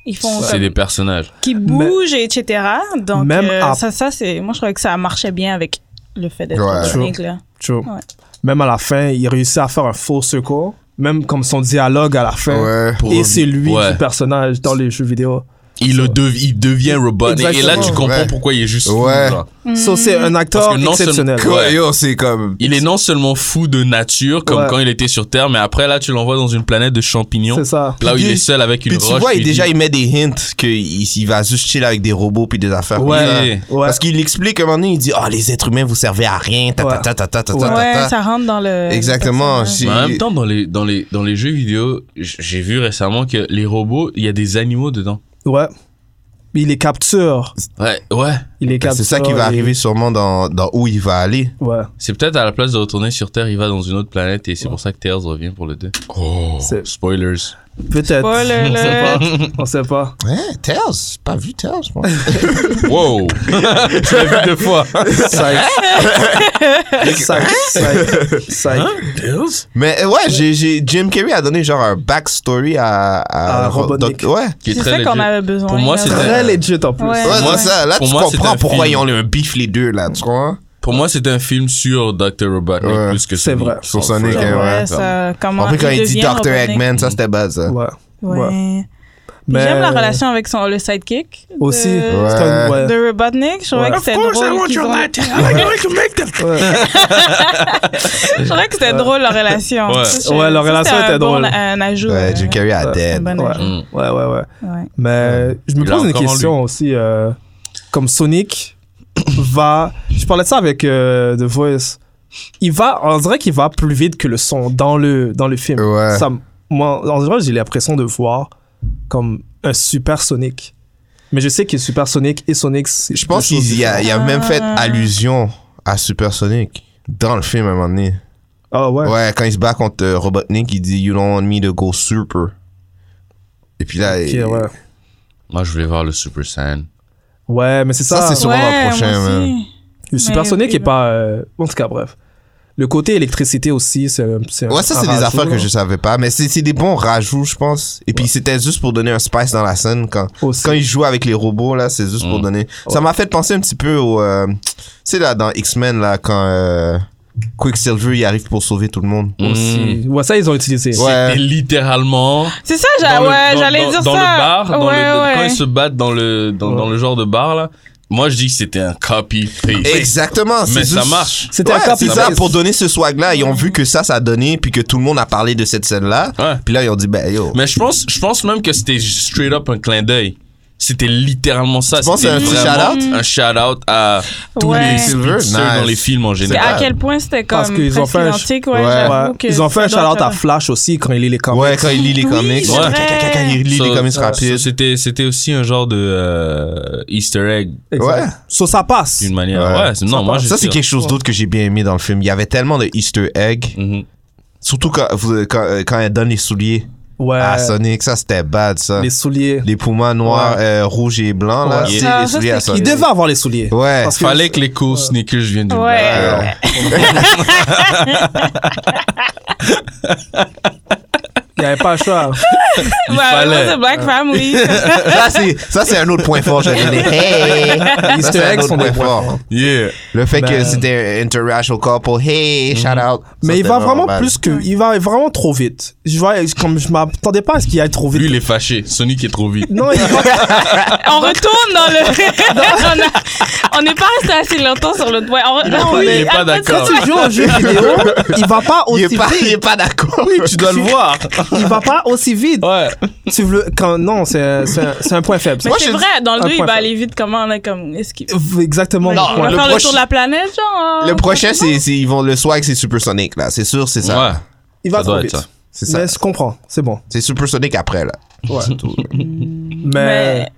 Ils font C'est comme- des personnages. qui bougent, et etc. Donc, Même euh, à- ça, ça c'est. Moi, je trouvais que ça marchait bien avec le fait d'être Ouais. Sonic, là. True. Ouais. Même à la fin, il réussit à faire un faux secours. Même comme son dialogue à la Ben. fin. Ouais. Pour Et revenir- c'est lui Ouais. le personnage dans les jeux vidéo. Il, le dev- il devient Robotnik. Et là, tu Exactement. comprends Ouais. pourquoi il est juste. Ouais. fou, genre. Mm. So, c'est un acteur Parce que non seulement- exceptionnel. Ouais. Quoi, Yo, c'est comme. Il est non seulement fou de nature, comme Ouais. quand il était sur Terre, mais après, là, tu l'envoies dans une planète de champignons. C'est ça. Là où Puis il tu- est seul avec Puis une roche. tu vois, puis il, déjà, dit- il met des hints qu'il il va juste chiller avec des robots puis des affaires. comme Ouais. ça. Ouais. Parce qu'il explique à un moment donné, il dit, ah, les êtres humains, vous servez à rien, ta ta ta ta ta ta ta, Ouais, ta, ta. ça rentre dans le. Exactement. le personnage. si- Mais en même temps, dans les, dans les, dans les jeux vidéo, j- j'ai vu récemment que les robots, il y a des animaux dedans. Ouais. Il les capture. Ouais, ouais. Il les capture. Ben, C'est ça qui va et- arriver sûrement dans, dans où il va aller. Ouais. C'est peut-être à la place de retourner sur Terre, il va dans une autre planète et c'est pour ça que Terre revient pour le 2. Oh, C'est- spoilers. Peut-être. Spoiler On sait alert. pas. On sait pas. Ouais, Tails, j'ai pas vu Tails, moi. Wow! tu l'as vu deux fois. Psych. Hein? Psych. Psych. Mais euh, ouais, j'ai, j'ai- Jim Carrey a donné genre un backstory à, à, À Robotnik. dans- ouais. Qui est C'est très ça qu'on legit. avait besoin. Pour moi, là. c'était- Très legit en plus. Ouais. Ouais, c'est ça. Là, Pour tu moi, c'est comprends un pourquoi film. ils ont eu un beef les deux, là, tu comprends? Pour moi, c'était un film sur Dr. Robotnik Ouais. plus que C'est Sonic. vrai. Sur Sans Sonic, feu. Ouais, hein, ouais. ça, comment En plus, quand il dit devient Dr. Robotnik. Eggman, ça, c'était bad, ça. Ouais. Ouais. Ouais. Puis J'aime la relation avec son, le sidekick. de- Aussi. Ouais. c'est un- ouais. De Robotnik, je trouvais Ouais. que c'était drôle. qu'ils ont- Ouais. Je trouvais que c'était drôle leur relation. Ouais. Je- Ouais, leur ça, relation c'était un était bon- drôle. Un ajout. Ouais, euh, Jim Carrey a Ouais. un dead. bon Ouais. ajout. Mm. Ouais, ouais, ouais. Ouais. Mais je me Il pose a une encore en question aussi. euh, comme Sonic va. Je parlais de ça avec euh, The Voice. Il va. On dirait qu'il va plus vite que le son dans le, dans le film. Ouais. Ça, m- moi, en général, j'ai l'impression de voir comme un Super Sonic. Mais je sais que Super Sonic et Sonic, c'est Je pense deux choses qu'il y a, il différentes. a même fait Ah. allusion à Super Sonic dans le film à un moment donné. Ah ouais. Ouais, quand il se bat contre euh, Robotnik, il dit You don't want me to go super. Et puis là, Ok, il- ouais. Moi, je voulais voir le Super Saiyan. Ouais, mais c'est Ça, ça. c'est sûrement Ouais, l'an prochain, moi aussi. le Super mais- ben. Sonic est pas. euh, en tout cas, bref. Le côté électricité aussi, c'est un- un. ouais, ça, c'est un des rajout, affaires que là. je savais pas. Mais c'est c'est des bons rajouts, je pense. Et puis, c'était juste pour donner un spice dans la scène. Quand, Aussi. quand il joue avec les robots, là, c'est juste pour Mm. donner. Ça m'a fait penser un petit peu au. euh, tu sais, là, dans X-Men, là, quand euh, Quicksilver, il arrive pour sauver tout le monde. Mm. Aussi. Ouais, ça, ils ont utilisé. Hmm. Ouais. C'était littéralement. C'est ça, dans j'a- le- ouais, dans- j'allais dans- dire dans ça. le bar, dans ouais, le- ouais. quand ils se battent dans le, dans, Ouais. dans le genre de bar, là, moi je dis que c'était un copy-paste. Exactement. c'est Mais ça juste- marche. C'était Ouais, un c'est copy ça, pour donner ce swag-là, ils ont vu que ça, ça donnait, puis que tout le monde a parlé de cette scène-là. Ouais. Puis là, ils ont dit, ben yo. Mais je pense, je pense même que c'était straight up un clin d'œil. C'était littéralement ça. Tu penses C'était à un petit vraiment shout-out Un shout-out à tous Ouais. les Silver, Silver dans nice. les films en C'est général. à quel point c'était comme Parce qu'ils ont presque fait un- identique, ouais, Ouais. j'avoue Ouais. que euh, Ils ont fait un ça doit shout-out à faire- Flash aussi quand il lit les comics. Ouais, quand il lit les Oui, comics, c'est ouais. vrai. il lit So- les comics so- rapides. C'était, c'était aussi un genre de euh, Easter egg Exact. Ouais. So, ça passe. d'une manière. Ouais. Ouais, c'est- non, moi je Ça, c'est quelque chose d'autre que j'ai bien aimé dans le film. Il y avait tellement de Easter eggs. Mhm. Surtout quand, vous- quand, euh, quand elle donne les souliers Ouais. à Sonic, Ah, ça c'était bad ça. les Les, souliers. poumons noirs, euh, rouges et blancs là, Ouais. c'est Ah, Ça, Ah, les ça, souliers à c'était Il Sonic. devait avoir les souliers. Ouais. Parce que- Fallait que les cool sneakers viennent d'une Ouais. Euh, Il n'y avait pas le choix. Il Ouais, moi, fallait. c'est Black Family. ça, c'est- ça, c'est un autre point fort, j'avais dit. Hey! Les Ça, c'est Easter un eggs autre sont point des points. fort. Yeah. Le fait Ben- Mhm. que c'était un interracial couple, hey, shout out. Mais il Ça, va c'était vraiment bad. plus que. Il va vraiment trop vite. Je vois, comme je m'attendais pas à ce qu'il aille trop vite. Lui, il est fâché. Sonic est trop vite. Non, il va- on retourne dans le. on a- on n'est pas resté assez longtemps sur le doigt. On- on- il est pas en fait, d'accord. c'est ça. tu joues au jeu vidéo, il va pas Il aussi est pas, il vite. est pas d'accord. tu dois le voir. Il va pas aussi vite. Ouais. Tu veux, quand, non, c'est c'est un, c'est un point faible. Mais Moi, c'est je- vrai, dans le un deux, il point va faible. aller vite. Comment on est comme. Est-ce qu'il. Exactement. il mon va point. faire le, proche- tour de la planète, genre. hein. Le prochain, c'est, c'est- ils vont, le swag, c'est Supersonic, là. C'est sûr, c'est ça. Ouais. Il va Ça trop doit vite. être ça. C'est ça. Mais je comprends, c'est bon. C'est Supersonic après, là. Mm. Ouais. tout. Mais, Mais-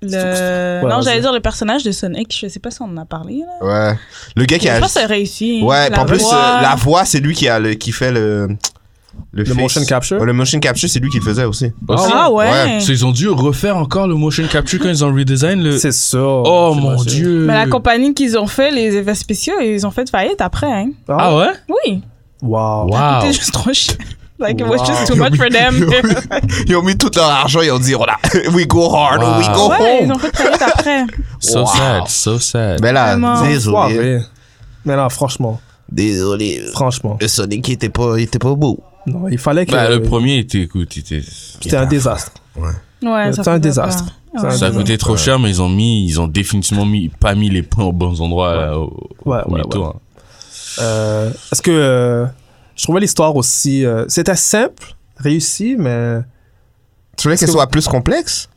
le... Ouais, non, vas-y. j'allais dire le personnage de Sonic. Je sais pas si on en a parlé. Là. Ouais. Le gars qui Je a. pense que c'est réussi. Ouais, La en plus, voix. euh, la voix, c'est lui qui, a le, qui fait le. Le, face. motion capture? Ouais, le motion capture, c'est lui qui le faisait aussi. Ah ouais. Ouais, So, ils ont dû refaire encore le motion capture quand ils ont redesign le. C'est sûr. Oh c'est mon sûr. dieu. Mais la Euh. compagnie qu'ils ont fait les effets spéciaux, ils ont fait faillite après. Hein. Ah ouais? Oui. Wow. Wow. C'était juste trop chiant. Like, it was Ah. Wow. just too much for them. Ils ont mis tout leur argent, ils ont dit, voilà, we go hard, Wow. we go Oh, ouais, ils home. ont fait faillite après. So Wow. Ben, sad, so sad. Mais là, Vraiment. désolé. Soirée. Mais là, franchement, Désolé. franchement. Le Sonic, il était pas, il était pas beau. Non, il fallait que. Bah, le premier était, écoute, était- C'était un désastre. Ouais, C'est ça un faisait désastre. peur. C'est un Ouais. désastre. ça a coûté trop cher, mais ils ont mis, ils ont définitivement mis, pas mis les points aux bons endroits. là, au, Ouais, au ouais, mytho, ouais. hein. Euh, Est-ce que. euh, je trouvais l'histoire aussi. euh, C'était simple, réussi, mais. Tu voulais qu'elle soit plus complexe?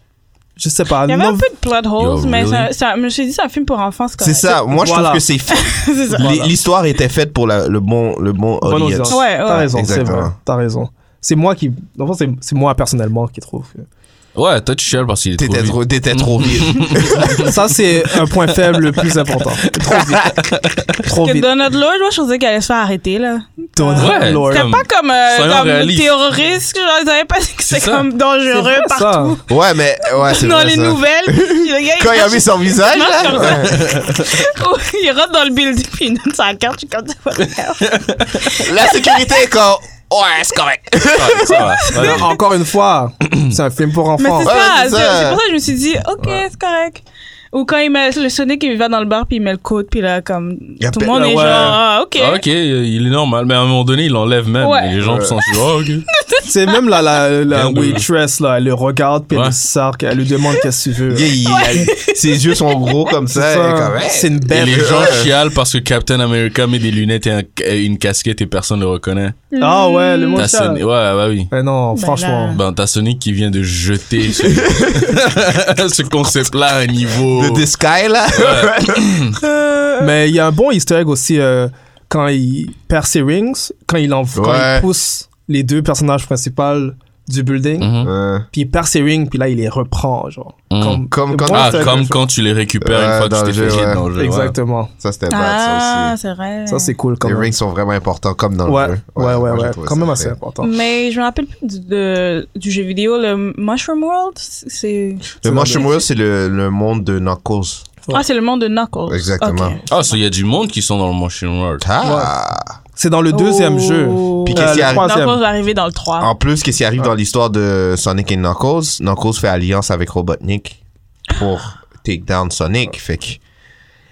Je sais pas. Il y avait un nov- peu de plot holes, Yo, mais ça, really? ça- je me suis dit, c'est un film pour enfants, c'est C'est correct. ça. Moi, je Voilà. trouve que c'est fait. c'est ça. L- L'histoire était faite pour la- le bon, le bon Bonne audience. audience. Ouais, ouais. T'as raison, c'est Exactement. vrai. T'as raison. C'est moi qui. En fait, c'est- c'est moi personnellement qui trouve. que- Ouais, toi tu chiales parce qu'il est trop T'étais vite. trop, t'étais trop vieux. Ça, c'est un point faible le plus important. Trop vite. Trop Que vite. Donald Lord, moi, je pensais qu'elle allait se faire arrêter, là. Donald Ouais, Lord. C'était Comme- pas comme, euh, soyons comme réalistes. terroriste, genre, ils savaient pas que c'était ça. comme C'est dangereux vrai, ça. partout. Ouais, mais, ouais, c'est dans vrai, les ça. nouvelles, puis le gars, Quand il a mis son visage, là. comme ça. il rentre dans le building, puis il donne sa carte, je suis comme ça. whatever. La sécurité est quand. Ouais, c'est correct. Ouais, ça va. Ouais, Non, encore une fois, c'est un film pour Mais enfants. c'est Ouais, ça, c'est c'est ça. c'est pour ça que je me suis dit, ok, c'est correct. Ou quand il met le Sonic, il va dans le bar, puis il met le code, puis là, comme, Il tout appelle- le monde est ouais. genre, ah, ok. Ah, ok, euh, il est normal, mais à un moment donné, il l'enlève même. Ouais. Et les gens sont sur. Oh, Euh, ok. C'est même la, la, la Rien de- waitress, là, elle le regarde, puis elle Ouais. le sarque, elle lui demande qu'est-ce que tu veux. Yeah, il- il- ses yeux sont gros comme ça. C'est ça. et comme, hey. C'est une Et belle. les gens Ouais. chialent parce que Captain America met des lunettes et un- une casquette et personne ne le reconnaît. Ah ouais, le T'as monde chiale. Sonic. Ouais, bah oui. Mais non, Hmm. Ben franchement. là. Ben, t'as Sonic qui vient de jeter ce, ce concept-là à un niveau. De The Sky, là. Euh. Mais il y a un bon easter egg aussi euh, quand il perd ses rings, quand il, en, quand Ouais. il pousse les deux personnages principaux du building, Mhm. Ouais. puis il perd ses rings, puis là, il les reprend, genre. Mhm. Comme le quand- bon Ah, easter egg, comme je- quand tu les récupères Ouais, une fois dans que le tu t'es jeu, fait chier ouais. dans le jeu. ouais. Exactement. Ça, c'était bad, ça Ah, aussi. c'est vrai. Ça, c'est cool quand Les même. rings sont vraiment importants, comme dans Ouais, le jeu. ouais, ouais, moi, j'ai ouais. trouvé Quand ça même fait. assez important. Mais je me rappelle plus du, de- du jeu vidéo, le Mushroom World, c'est... Le dans Mushroom le- World, c'est le, le monde de Knuckles. Ah, c'est le monde de Knuckles. Exactement. Ok. Ah, so il y a du monde qui sont dans le Mushroom World. Ah! C'est dans le deuxième Oh. jeu. Puis Euh, qu'est-ce qui le arrive? troisième. Knuckles est arrivé dans le Ah. 3. En plus, qu'est-ce qui arrive dans l'histoire de Sonic et Knuckles? Knuckles fait alliance avec Robotnik pour take down Ah. Sonic. Fait que.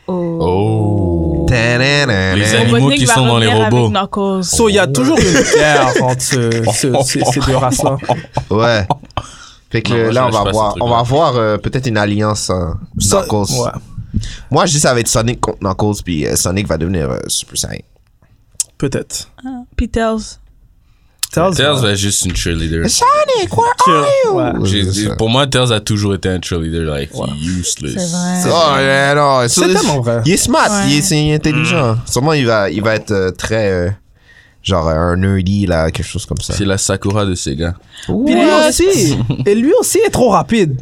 Oh. Ta-da-da-da. Les amis. animaux qui sont dans les robots. Knuckles. So, il y a toujours une guerre entre ce- ce- ces, ces deux races-là. Ouais. Fait que Non, moi, je là, on lâche va pas voir, ce on va truc-là. voir euh, peut-être une alliance euh, Ça- Knuckles. ouais. Moi, je dis ça va être Sonic contre Knuckles, puis euh, Sonic va devenir euh, Super Saiyan. Peut-être. Puis Tails. Ah, Tails, Tails est juste une cheerleader. Ah, Sonic, where Sure. Ouais. J'ai- Pour moi, Tails a toujours été un cheerleader, like, useless. C'est vrai. Oh, yeah, non. C'est tellement vrai. Il est smart, Ouais. il, est, c'est intelligent. Mm. Sûrement, il va, il va être euh, très. euh, genre euh, un nerdy, là, quelque chose comme ça. C'est la Sakura de Sega. Puis lui aussi. Et lui aussi est trop rapide.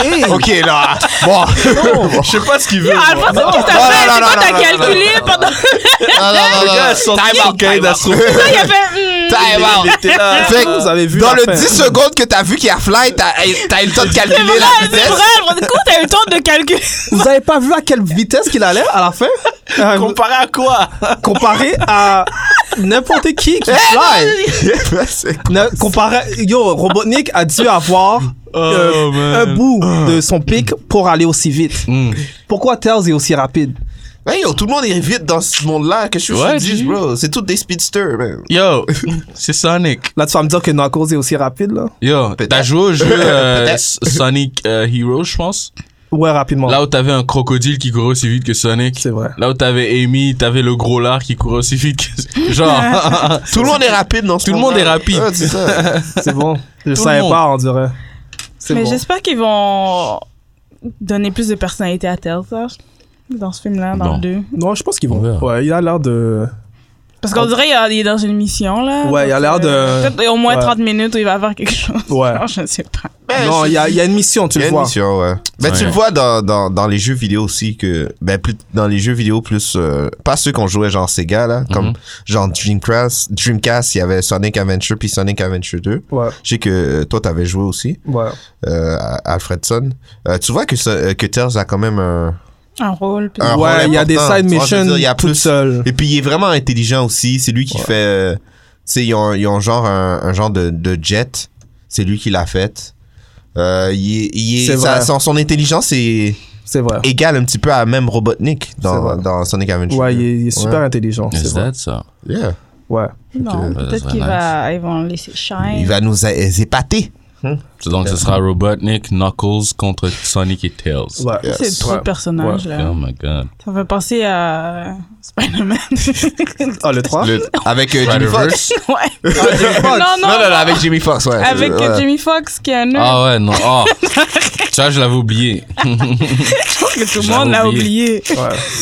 Hey, Ok, là. Bon. Je sais pas ce qu'il veut. Ah, Alphonse, Non, qu'est-ce que t'as fait? non, C'est non, quoi non, non, t'as calculé pendant Non, non, non, non. Time out, time out. ça? Il a fait... hmm. Time out. Fait que Vous avez vu dans la le fin. 10 secondes que t'as vu qu'il y a fly, t'as t'as eu le temps de C'est calculer vrai, la c'est vitesse. vrai. Alphonse, Du coup, t'as eu le temps de calculer. Vous avez pas vu à quelle vitesse qu'il allait à la fin Euh, Comparé à quoi Eh! Comparé à n'importe qui qui Fly! C'est cool. Ne- comparé, yo, Robotnik a dû avoir euh, Oh, man. Ah. Mm. un bout de son pic pour aller aussi vite. Pourquoi Tails est aussi rapide Hey, yo, tout le monde est vite dans ce monde-là. Qu'est-ce que je Ouais, te dis, dis. bro? C'est tous des speedsters, man. Yo, c'est Sonic. Là, tu vas me dire que Knuckles est aussi rapide, là Yo, Peut-être. t'as joué au jeu euh, Peut-être. S- Sonic euh, Heroes, je pense. Ouais, rapidement. Là où t'avais un crocodile qui courait aussi vite que Sonic. C'est vrai. Là où t'avais Amy, t'avais le gros lard qui courait aussi vite que. Genre. Tout le monde est rapide dans ce Tout le monde monde-là. est rapide. Ouais, c'est ça. C'est bon. Je Tout savais le monde. pas, on dirait. C'est Mais bon. j'espère qu'ils vont donner plus de personnalité à Tails, là, Dans ce film-là, dans Non. le 2. Non, je pense qu'ils On vont. verra. Ouais, il a l'air de. Parce qu'on dirait qu'il est dans une mission, là. Ah. Ouais, il a l'air Donc, de- euh, Peut-être au moins ouais. 30 minutes où il va faire quelque chose. Ouais. Genre, je ne sais pas. Ben, Eh, Non, il y a, il y a une mission, tu Il y a le une vois. mission, ouais. Ben, tu Ouais. le vois dans, dans, dans les jeux vidéo aussi que. Ben, plus, dans les jeux vidéo plus. euh, pas ceux qu'on jouait genre Sega, là. Comme genre Dreamcast, Dreamcast, il y avait Sonic Adventure puis Sonic Adventure 2. Ouais, Je sais que euh, toi, t'avais joué aussi, ouais. euh, à- Alfredson. Euh, tu vois que, ça- euh, que Tails a quand même un. Un rôle. puis- un ouais, rôle il y a des important, side tu vois, je veux missions dire, il y a toutes plus- seules. Et puis il est vraiment intelligent aussi. C'est lui qui fait. euh, tu sais, ils ont, ils ont genre un, un genre de, de jet. C'est lui qui l'a fait. Euh, il est, il est- C'est sa- vrai. son, son intelligence est C'est vrai. égale un petit peu à même Robotnik C'est dans, vrai. dans Sonic Adventure. Ouais, il est, il est super intelligent, c'est Is vrai. that ça? Yeah. Ouais. Non, Ok. Ouais, ça peut-être serait qu'il nice. va... Ils vont laisser shine. Il va nous é- épater. Donc, ce sera Robotnik, Knuckles contre Sonic et Tails. ouais. C'est trop Ouais. de personnages, là. Oh my god. Ça me fait penser à euh, Spider-Man. Ah, le Ah, 3 Le- avec euh, Jimmy Spider-Verse. Fox. ouais. non, Non, non, avec Jimmy Fox, ouais. Avec Ouais. euh, Jimmy Fox qui est un nœud. Ah ouais, non. Oh. ça, je l'avais oublié. Je pense que tout je le monde l'a l'avais oublié. Ouais.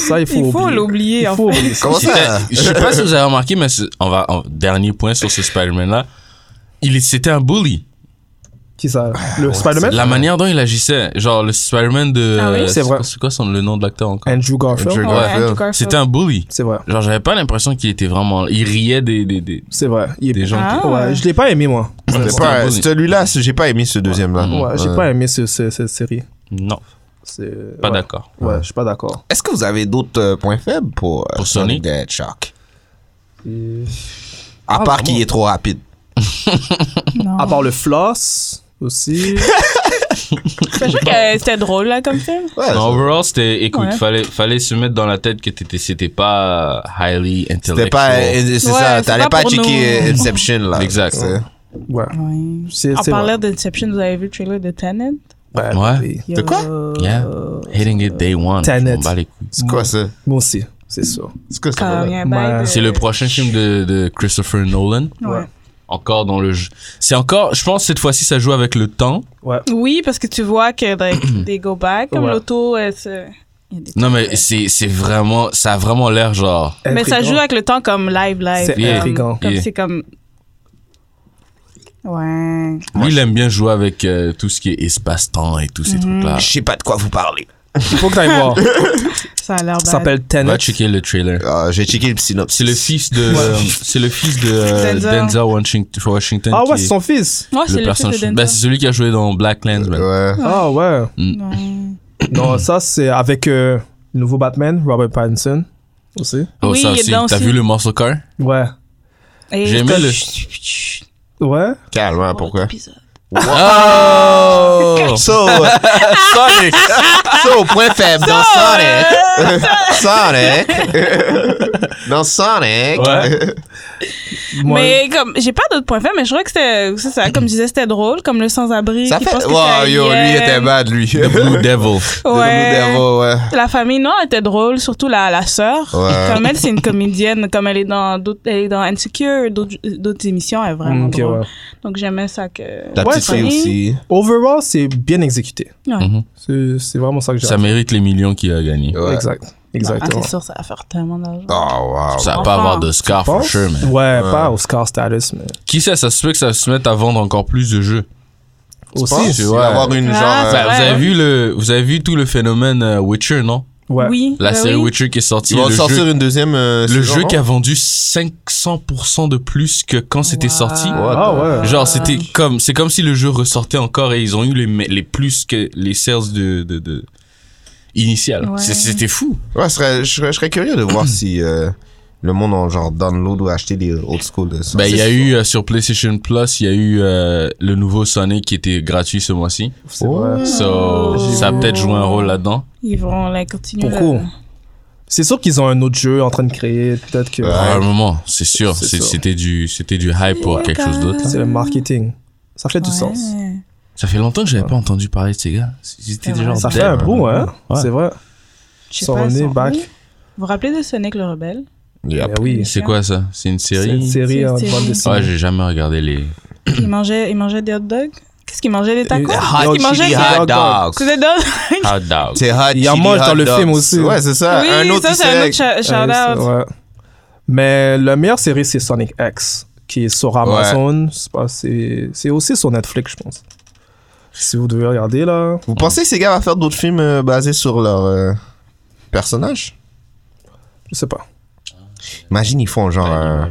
Ça, il faut Il faut oublier. l'oublier, Il en faut fait. oublier ça. Comment ça? Je sais pas si vous avez remarqué, mais c'est- on va, on- dernier point sur ce Spider-Man-là. Il est- C'était un bully. Qui ça Ah, Le Spider-Man La manière dont il agissait. Genre, le Spider-man de. Ah oui? C'est vrai. quoi- C'est quoi son, le nom de l'acteur encore? Andrew Garfield. Andrew- Ouais, Ouais, Andrew ouais. Garfield. C'était un bully. C'est vrai. Genre, j'avais pas l'impression qu'il était vraiment. Il riait des. des, des- C'est vrai. Il est- Des gens qui- Ouais, je l'ai pas aimé, moi. C'était pas- C'était un bully. Celui-là, c'est- j'ai pas aimé ce Ah, deuxième-là. Ouais, j'ai Ouais. pas aimé ce- ce- cette série. Non, C'est- pas ouais. d'accord. Ouais, je suis pas d'accord. Est-ce que vous avez d'autres euh, points faibles pour, euh, Pour Sonic Sonic? the Hedgehog? Euh, À Ah, part qu'il est trop rapide. Non. À part le floss aussi. Je sais que c'était drôle, là, comme film. Ouais, Non, overall, c'était. Écoute, Ouais. fallait, fallait se mettre dans la tête que t'étais- c'était pas highly intellectual. C'était pas, euh, c'est Ouais, ça, c'est t'allais pas pas, pour checker nous. euh, Inception là. Exact. C'est- ouais. Ouais. C'est En c'est parlant d'Inception, vous avez vu le trailer de Tenet? vrai. Ouais. oui. De quoi? Yeah. Hitting it day one. Tenet. Je m'en bats les couilles. C'est quoi ça? Moi aussi, c'est sûr. C'est quoi Quand ça? il y a un Ouais. bail de- C'est le prochain film de, de Christopher Nolan. Ouais. Encore dans le jeu. C'est encore, je pense, que cette fois-ci, ça joue avec le temps. Ouais. Oui, parce que tu vois que like, they go back, comme Ouais. l'auto, elle se- il y a des- Non, mais c'est, c'est vraiment, ça a vraiment l'air genre. Mais ça joue Intriguant. avec le temps comme live, live. C'est comme- intriguant. Comme Yeah. c'est comme. Ouais. Lui, il aime bien jouer avec euh, tout ce qui est espace-temps et Mhm. tous ces trucs-là. Je sais pas de quoi vous parlez. Il faut que t'ailles voir. Ça a l'air Ça bad. s'appelle Tenet. Va checker le trailer. Ah, j'ai checké le synopsis. C'est le fils de, euh, c'est le fils de euh, Denzel. Denzel Washington. Washington Ah ouais, qui c'est est son fils. Moi, Oh, c'est le le personnage. personnage. De Ben, Denzel. c'est celui qui a joué dans Black Landsman. Ouais. Ah ouais. Mm. Ouais. Non, ça c'est avec euh, le nouveau Batman, Robert Pattinson aussi. Oh, Oui, ça il est aussi. dedans T'as aussi. vu le morceau car? Ouais. Et- Ben, J'ai aimé le- Ouais. Calme, hein, pourquoi? Oh! So, euh, Sonic! so, point faible dans hein. euh, Sonic. Sonic. hein. dans hein. Sonic. Ouais. Moi, Mais comme, j'ai pas d'autres points faibles, mais je crois que c'était, c'est ça, comme je disais, c'était drôle, comme le sans-abri. Ça qui fait. pense que Wow, c'est yo, lui alien. il était bad, lui. The Blue Devil. Ouais. ouais. La famille, non, elle était drôle, surtout la, la sœur. Ouais. Comme elle, c'est une comédienne, comme elle est dans d'autres, elle est dans Insecure, d'autres, d'autres émissions, elle est vraiment ok, drôle. ouais. Donc j'aimais ça que. La Ouais, petite fille Sonic. aussi. Overall, c'est bien exécuté. Ouais. Ah, Mhm. C'est c'est vraiment ça que j'ai. Ça mérite les millions qu'il a gagnés. Ouais. Exact. Ah, Exactement. c'est sûr, ça va faire tellement d'argent. Oh, wow. Ça va Enfin. pas avoir de scar, for Pense? sure, man. Ouais, pas au score status, mais Qui sait, ça se peut que ça se mette à vendre encore plus de jeux. Pense, aussi. il va avoir une Ah, genre. ça euh, Bah, Ouais, vous, avez ouais. vu le, vous avez vu tout le phénomène euh, Witcher, non Ouais. Oui. La ben série oui. Witcher qui est sortie. Ils vont Le sortir jeu, une deuxième. euh, le saison, jeu non? qui a vendu 500% de plus que quand c'était Wow. sorti. Ah ouais. Genre, c'était comme, c'est comme si le jeu ressortait encore et ils ont eu les, me- les plus que les sales de, de, de- initiales. Ouais. C'est- C'était fou. Ouais, je serais, je serais, je serais curieux de voir si euh, le monde en genre download ou acheter des old school de ça. Ben, il y a eu euh, sur PlayStation Plus, il y a eu euh, le nouveau Sonic qui était gratuit ce mois-ci. C'est vrai. Ah. So, J'ai ça a vu. peut-être joué un rôle là-dedans. Ils vont la continuer. Beaucoup. là. C'est sûr qu'ils ont un autre jeu en train de créer. Peut-être que À un moment, c'est sûr. C'est C'est- sûr. C'était du, c'était du hype pour quelque chose d'autre. là. c'est le marketing. Ça fait du Ouais. sens. Ça fait longtemps que j'avais pas entendu parler de ces gars. C'était C'est des vrai. gens Ça dead. fait un bout, hein. Ouais. C'est vrai. Je sais Son pas, nez son back. nom. Vous vous rappelez de Sonic le Rebelle Mais oui. C'est quoi ça C'est une C'est une série série C'est en une série. bande dessinée. Ouais, j'ai jamais regardé les. il mangeait, il mangeait des hot dogs Qu'est-ce qu'il mangeait Des tacos Et- Hot Il mangeait chili des hot hot dogs. dogs. C'est des dogs Hot Dog. C'est hot Il y en chili mange dans hot le dogs. film aussi. Ouais, c'est ça. Oui, un autre ça c'est un autre Easter egg. shout-out. Ouais, Ah, c'est- ouais. Mais la meilleure série, c'est Sonic X, qui est sur Amazon. C'est pas- C'est c'est aussi sur Netflix, je pense. Si vous devez regarder, là. Vous pensez que ces gars vont faire d'autres films euh, basés sur leur euh, personnage Je sais pas. Imagine, ils font genre un,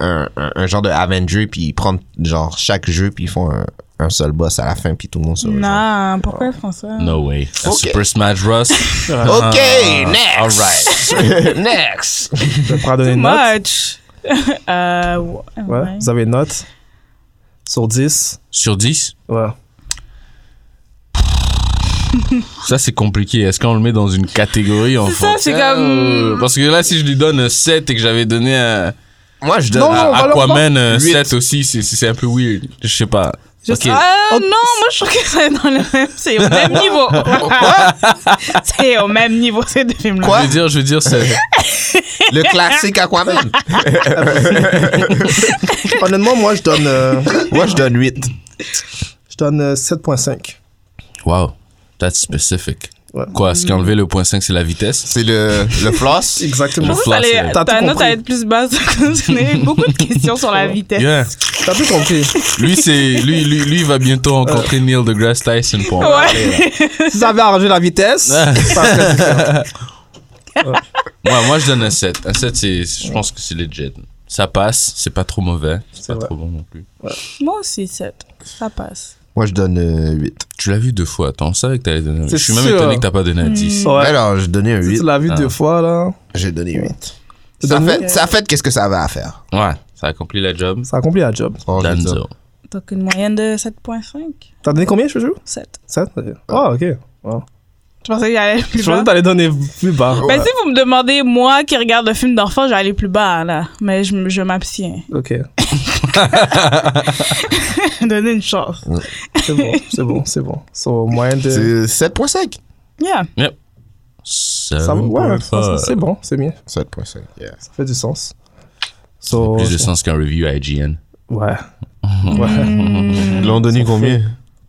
un, un- un genre de Avenger, puis ils prennent genre chaque jeu, puis ils font un, un seul boss à la fin, puis tout le monde se rejoint. Non, pourquoi François No way. A Ok. Super Smash Bros. Ok, Ah, next! all right. next! Je vais pas donner Too une note. much. euh, ouais. Ouais, ouais. Vous avez une note sur 10. Sur 10, Ouais. ça c'est compliqué. Est-ce qu'on le met dans une catégorie en Euh, C'est ça, c'est comme. Parce que là, si je lui donne un 7 et que j'avais donné à, Moi, je donne. Non, à non, on va Aquaman un Huit. 7 aussi, c'est- c'est c'est un peu weird. Je sais pas. Je- Ok. Ah, non, moi je trouve que c'est dans le même, c'est au même niveau. c'est au même niveau ces deux films-là. Je veux dire, je veux dire, c'est. Le classique Aquaman. Honnêtement, moi, je donne, euh, Moi, je donne 8. je donne euh, 7.5. Wow, that's specific. Ouais. Quoi, ce qui a enlevé le point 5, c'est la vitesse C'est le, le floss. Je Exactement. Je pense que ça Flash, allait- euh, t'as Ta tout note compris. allait être plus basse parce qu'on avait beaucoup de questions sur la vitesse. Yeah. T'as tout compris. Lui, c'est, lui, lui, lui, il va bientôt rencontrer Neil deGrasse Tyson pour en Ouais. parler, là. Si ça avait arrangé la vitesse, ça serait différent. Ouais, moi, je donne un 7. Un 7, c'est, je pense que c'est legit. Ça passe, c'est pas trop mauvais, c'est C'est pas vrai. trop bon non plus. Moi aussi, 7. Ça passe. Moi, je donne euh, 8. Tu l'as vu deux fois, attends, on savait que t'allais donner un 8. Je C'est suis même sûr. étonné que t'as pas donné un Hmm. 10. Ouais. Ben, Alors, je donnais un Si 8. tu l'as vu Ah. deux fois, là. J'ai donné 8. Tu Ça donnes fait, huit? ça fait qu'est-ce que ça avait à faire. Ouais, ça a accompli la job. Ça accomplit la job. Oh, je veux dire. Danzo. Donc une moyenne de 7.5. T'as donné combien, Chouchou 7. 7 Ah, ok. Wow. Je pensais qu'il allait Je plus pensais bas. que t'allais donner plus bas. Oh. Mais si vous me demandez, moi qui regarde le film d'enfant, j'allais plus bas, là. Mais je, m- je m'abstiens. Ok. Donnez une chance. C'est bon, c'est bon, c'est bon. So, moyen de. C'est 7.5. Yeah. Ça euh, va, ouais, ça, ça, c'est bon. bon, c'est bien. 7.5, yeah. Ça fait du sens. So, Plus de sens qu'un review à IGN. Ouais. Ouais. Ils l'ont donné combien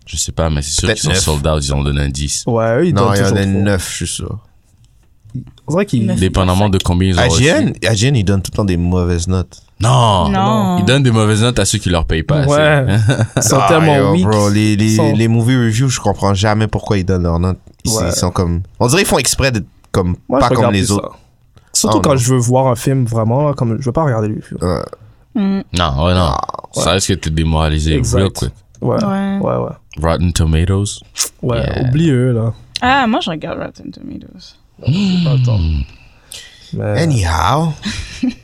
Je sais pas, mais c'est sûr Peut-être qu'ils sont neuf. sold out, ils ont donné un 10. Ouais, eux, ils Non, donnent il y en toujours a trop. 9, je suis sûr. C'est vrai qu'ils. Neuf. Dépendamment de combien ils ont reçu. IGN, IGN, Ah, ils donnent tout le temps des mauvaises notes. Non. Non. Ils donnent des mauvaises notes à ceux qui leur payent pas assez. Ouais. Ils sont Ah, yo, tellement weak. bro, les, les, Sont- les movie reviews, je comprends jamais pourquoi ils donnent leurs notes. Ils, Ouais. ils sont comme. On dirait qu'ils font exprès d'être comme, Moi, pas je comme regarde les plus autres. ça. Surtout Oh, quand non. je veux voir un film vraiment, comme je veux pas regarder le film. Ouais. Non, ouais, non. Ça risque de te démoraliser. Exact. Real quick. Ouais. Ouais. Ouais, ouais. Rotten Tomatoes. Ouais, Yeah. oublie eux, là. Ah, moi je regarde Rotten Tomatoes. Attends. Mais Anyhow.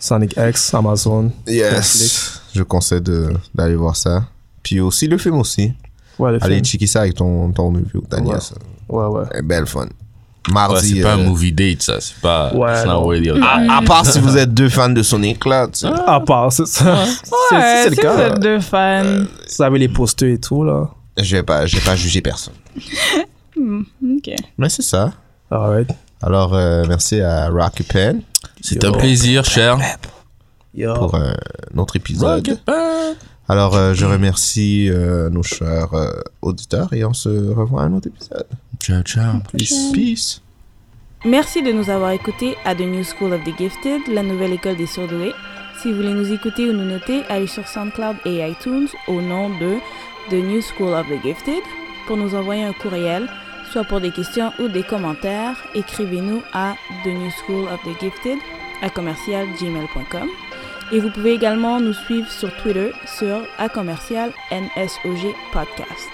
Sonic X, Amazon. Yes. Netflix. Je conseille de- d'aller voir ça. Puis aussi le film aussi. Ouais, le Allez film. checker ça avec ton, ton review, Daniel. Ouais. Ouais, ouais. Belle fun. Ouais, Mardi. c'est pas un euh, movie date, ça. C'est pas. Ouais, it's not non. worthy of that. à, à part si vous êtes deux fans de Sonic, là. tu sais. À part, c'est ça. Si- si Ouais, c'est le si vous cas. Euh, êtes deux fans. Si vous avez les posters et tout, là. Je vais pas, je vais pas juger personne. Ok. Mais c'est ça. Alright. Alors, euh, merci à Rocky Pen C'est un plaisir, cher. Yo. pour euh, notre épisode. Alors, euh, je remercie euh, nos chers euh, auditeurs et on se revoit à un autre épisode. Ciao, ciao. Peace. Peace. Merci de nous avoir écoutés à The New School of the Gifted, la nouvelle école des surdoués. Si vous voulez nous écouter ou nous noter, allez sur SoundCloud et iTunes au nom de The New School of the Gifted pour nous envoyer un courriel, soit pour des questions ou des commentaires. Écrivez-nous à The New School of the Gifted à commercialgmail.com. Et vous pouvez également nous suivre sur Twitter sur à commercial NSOG Podcast.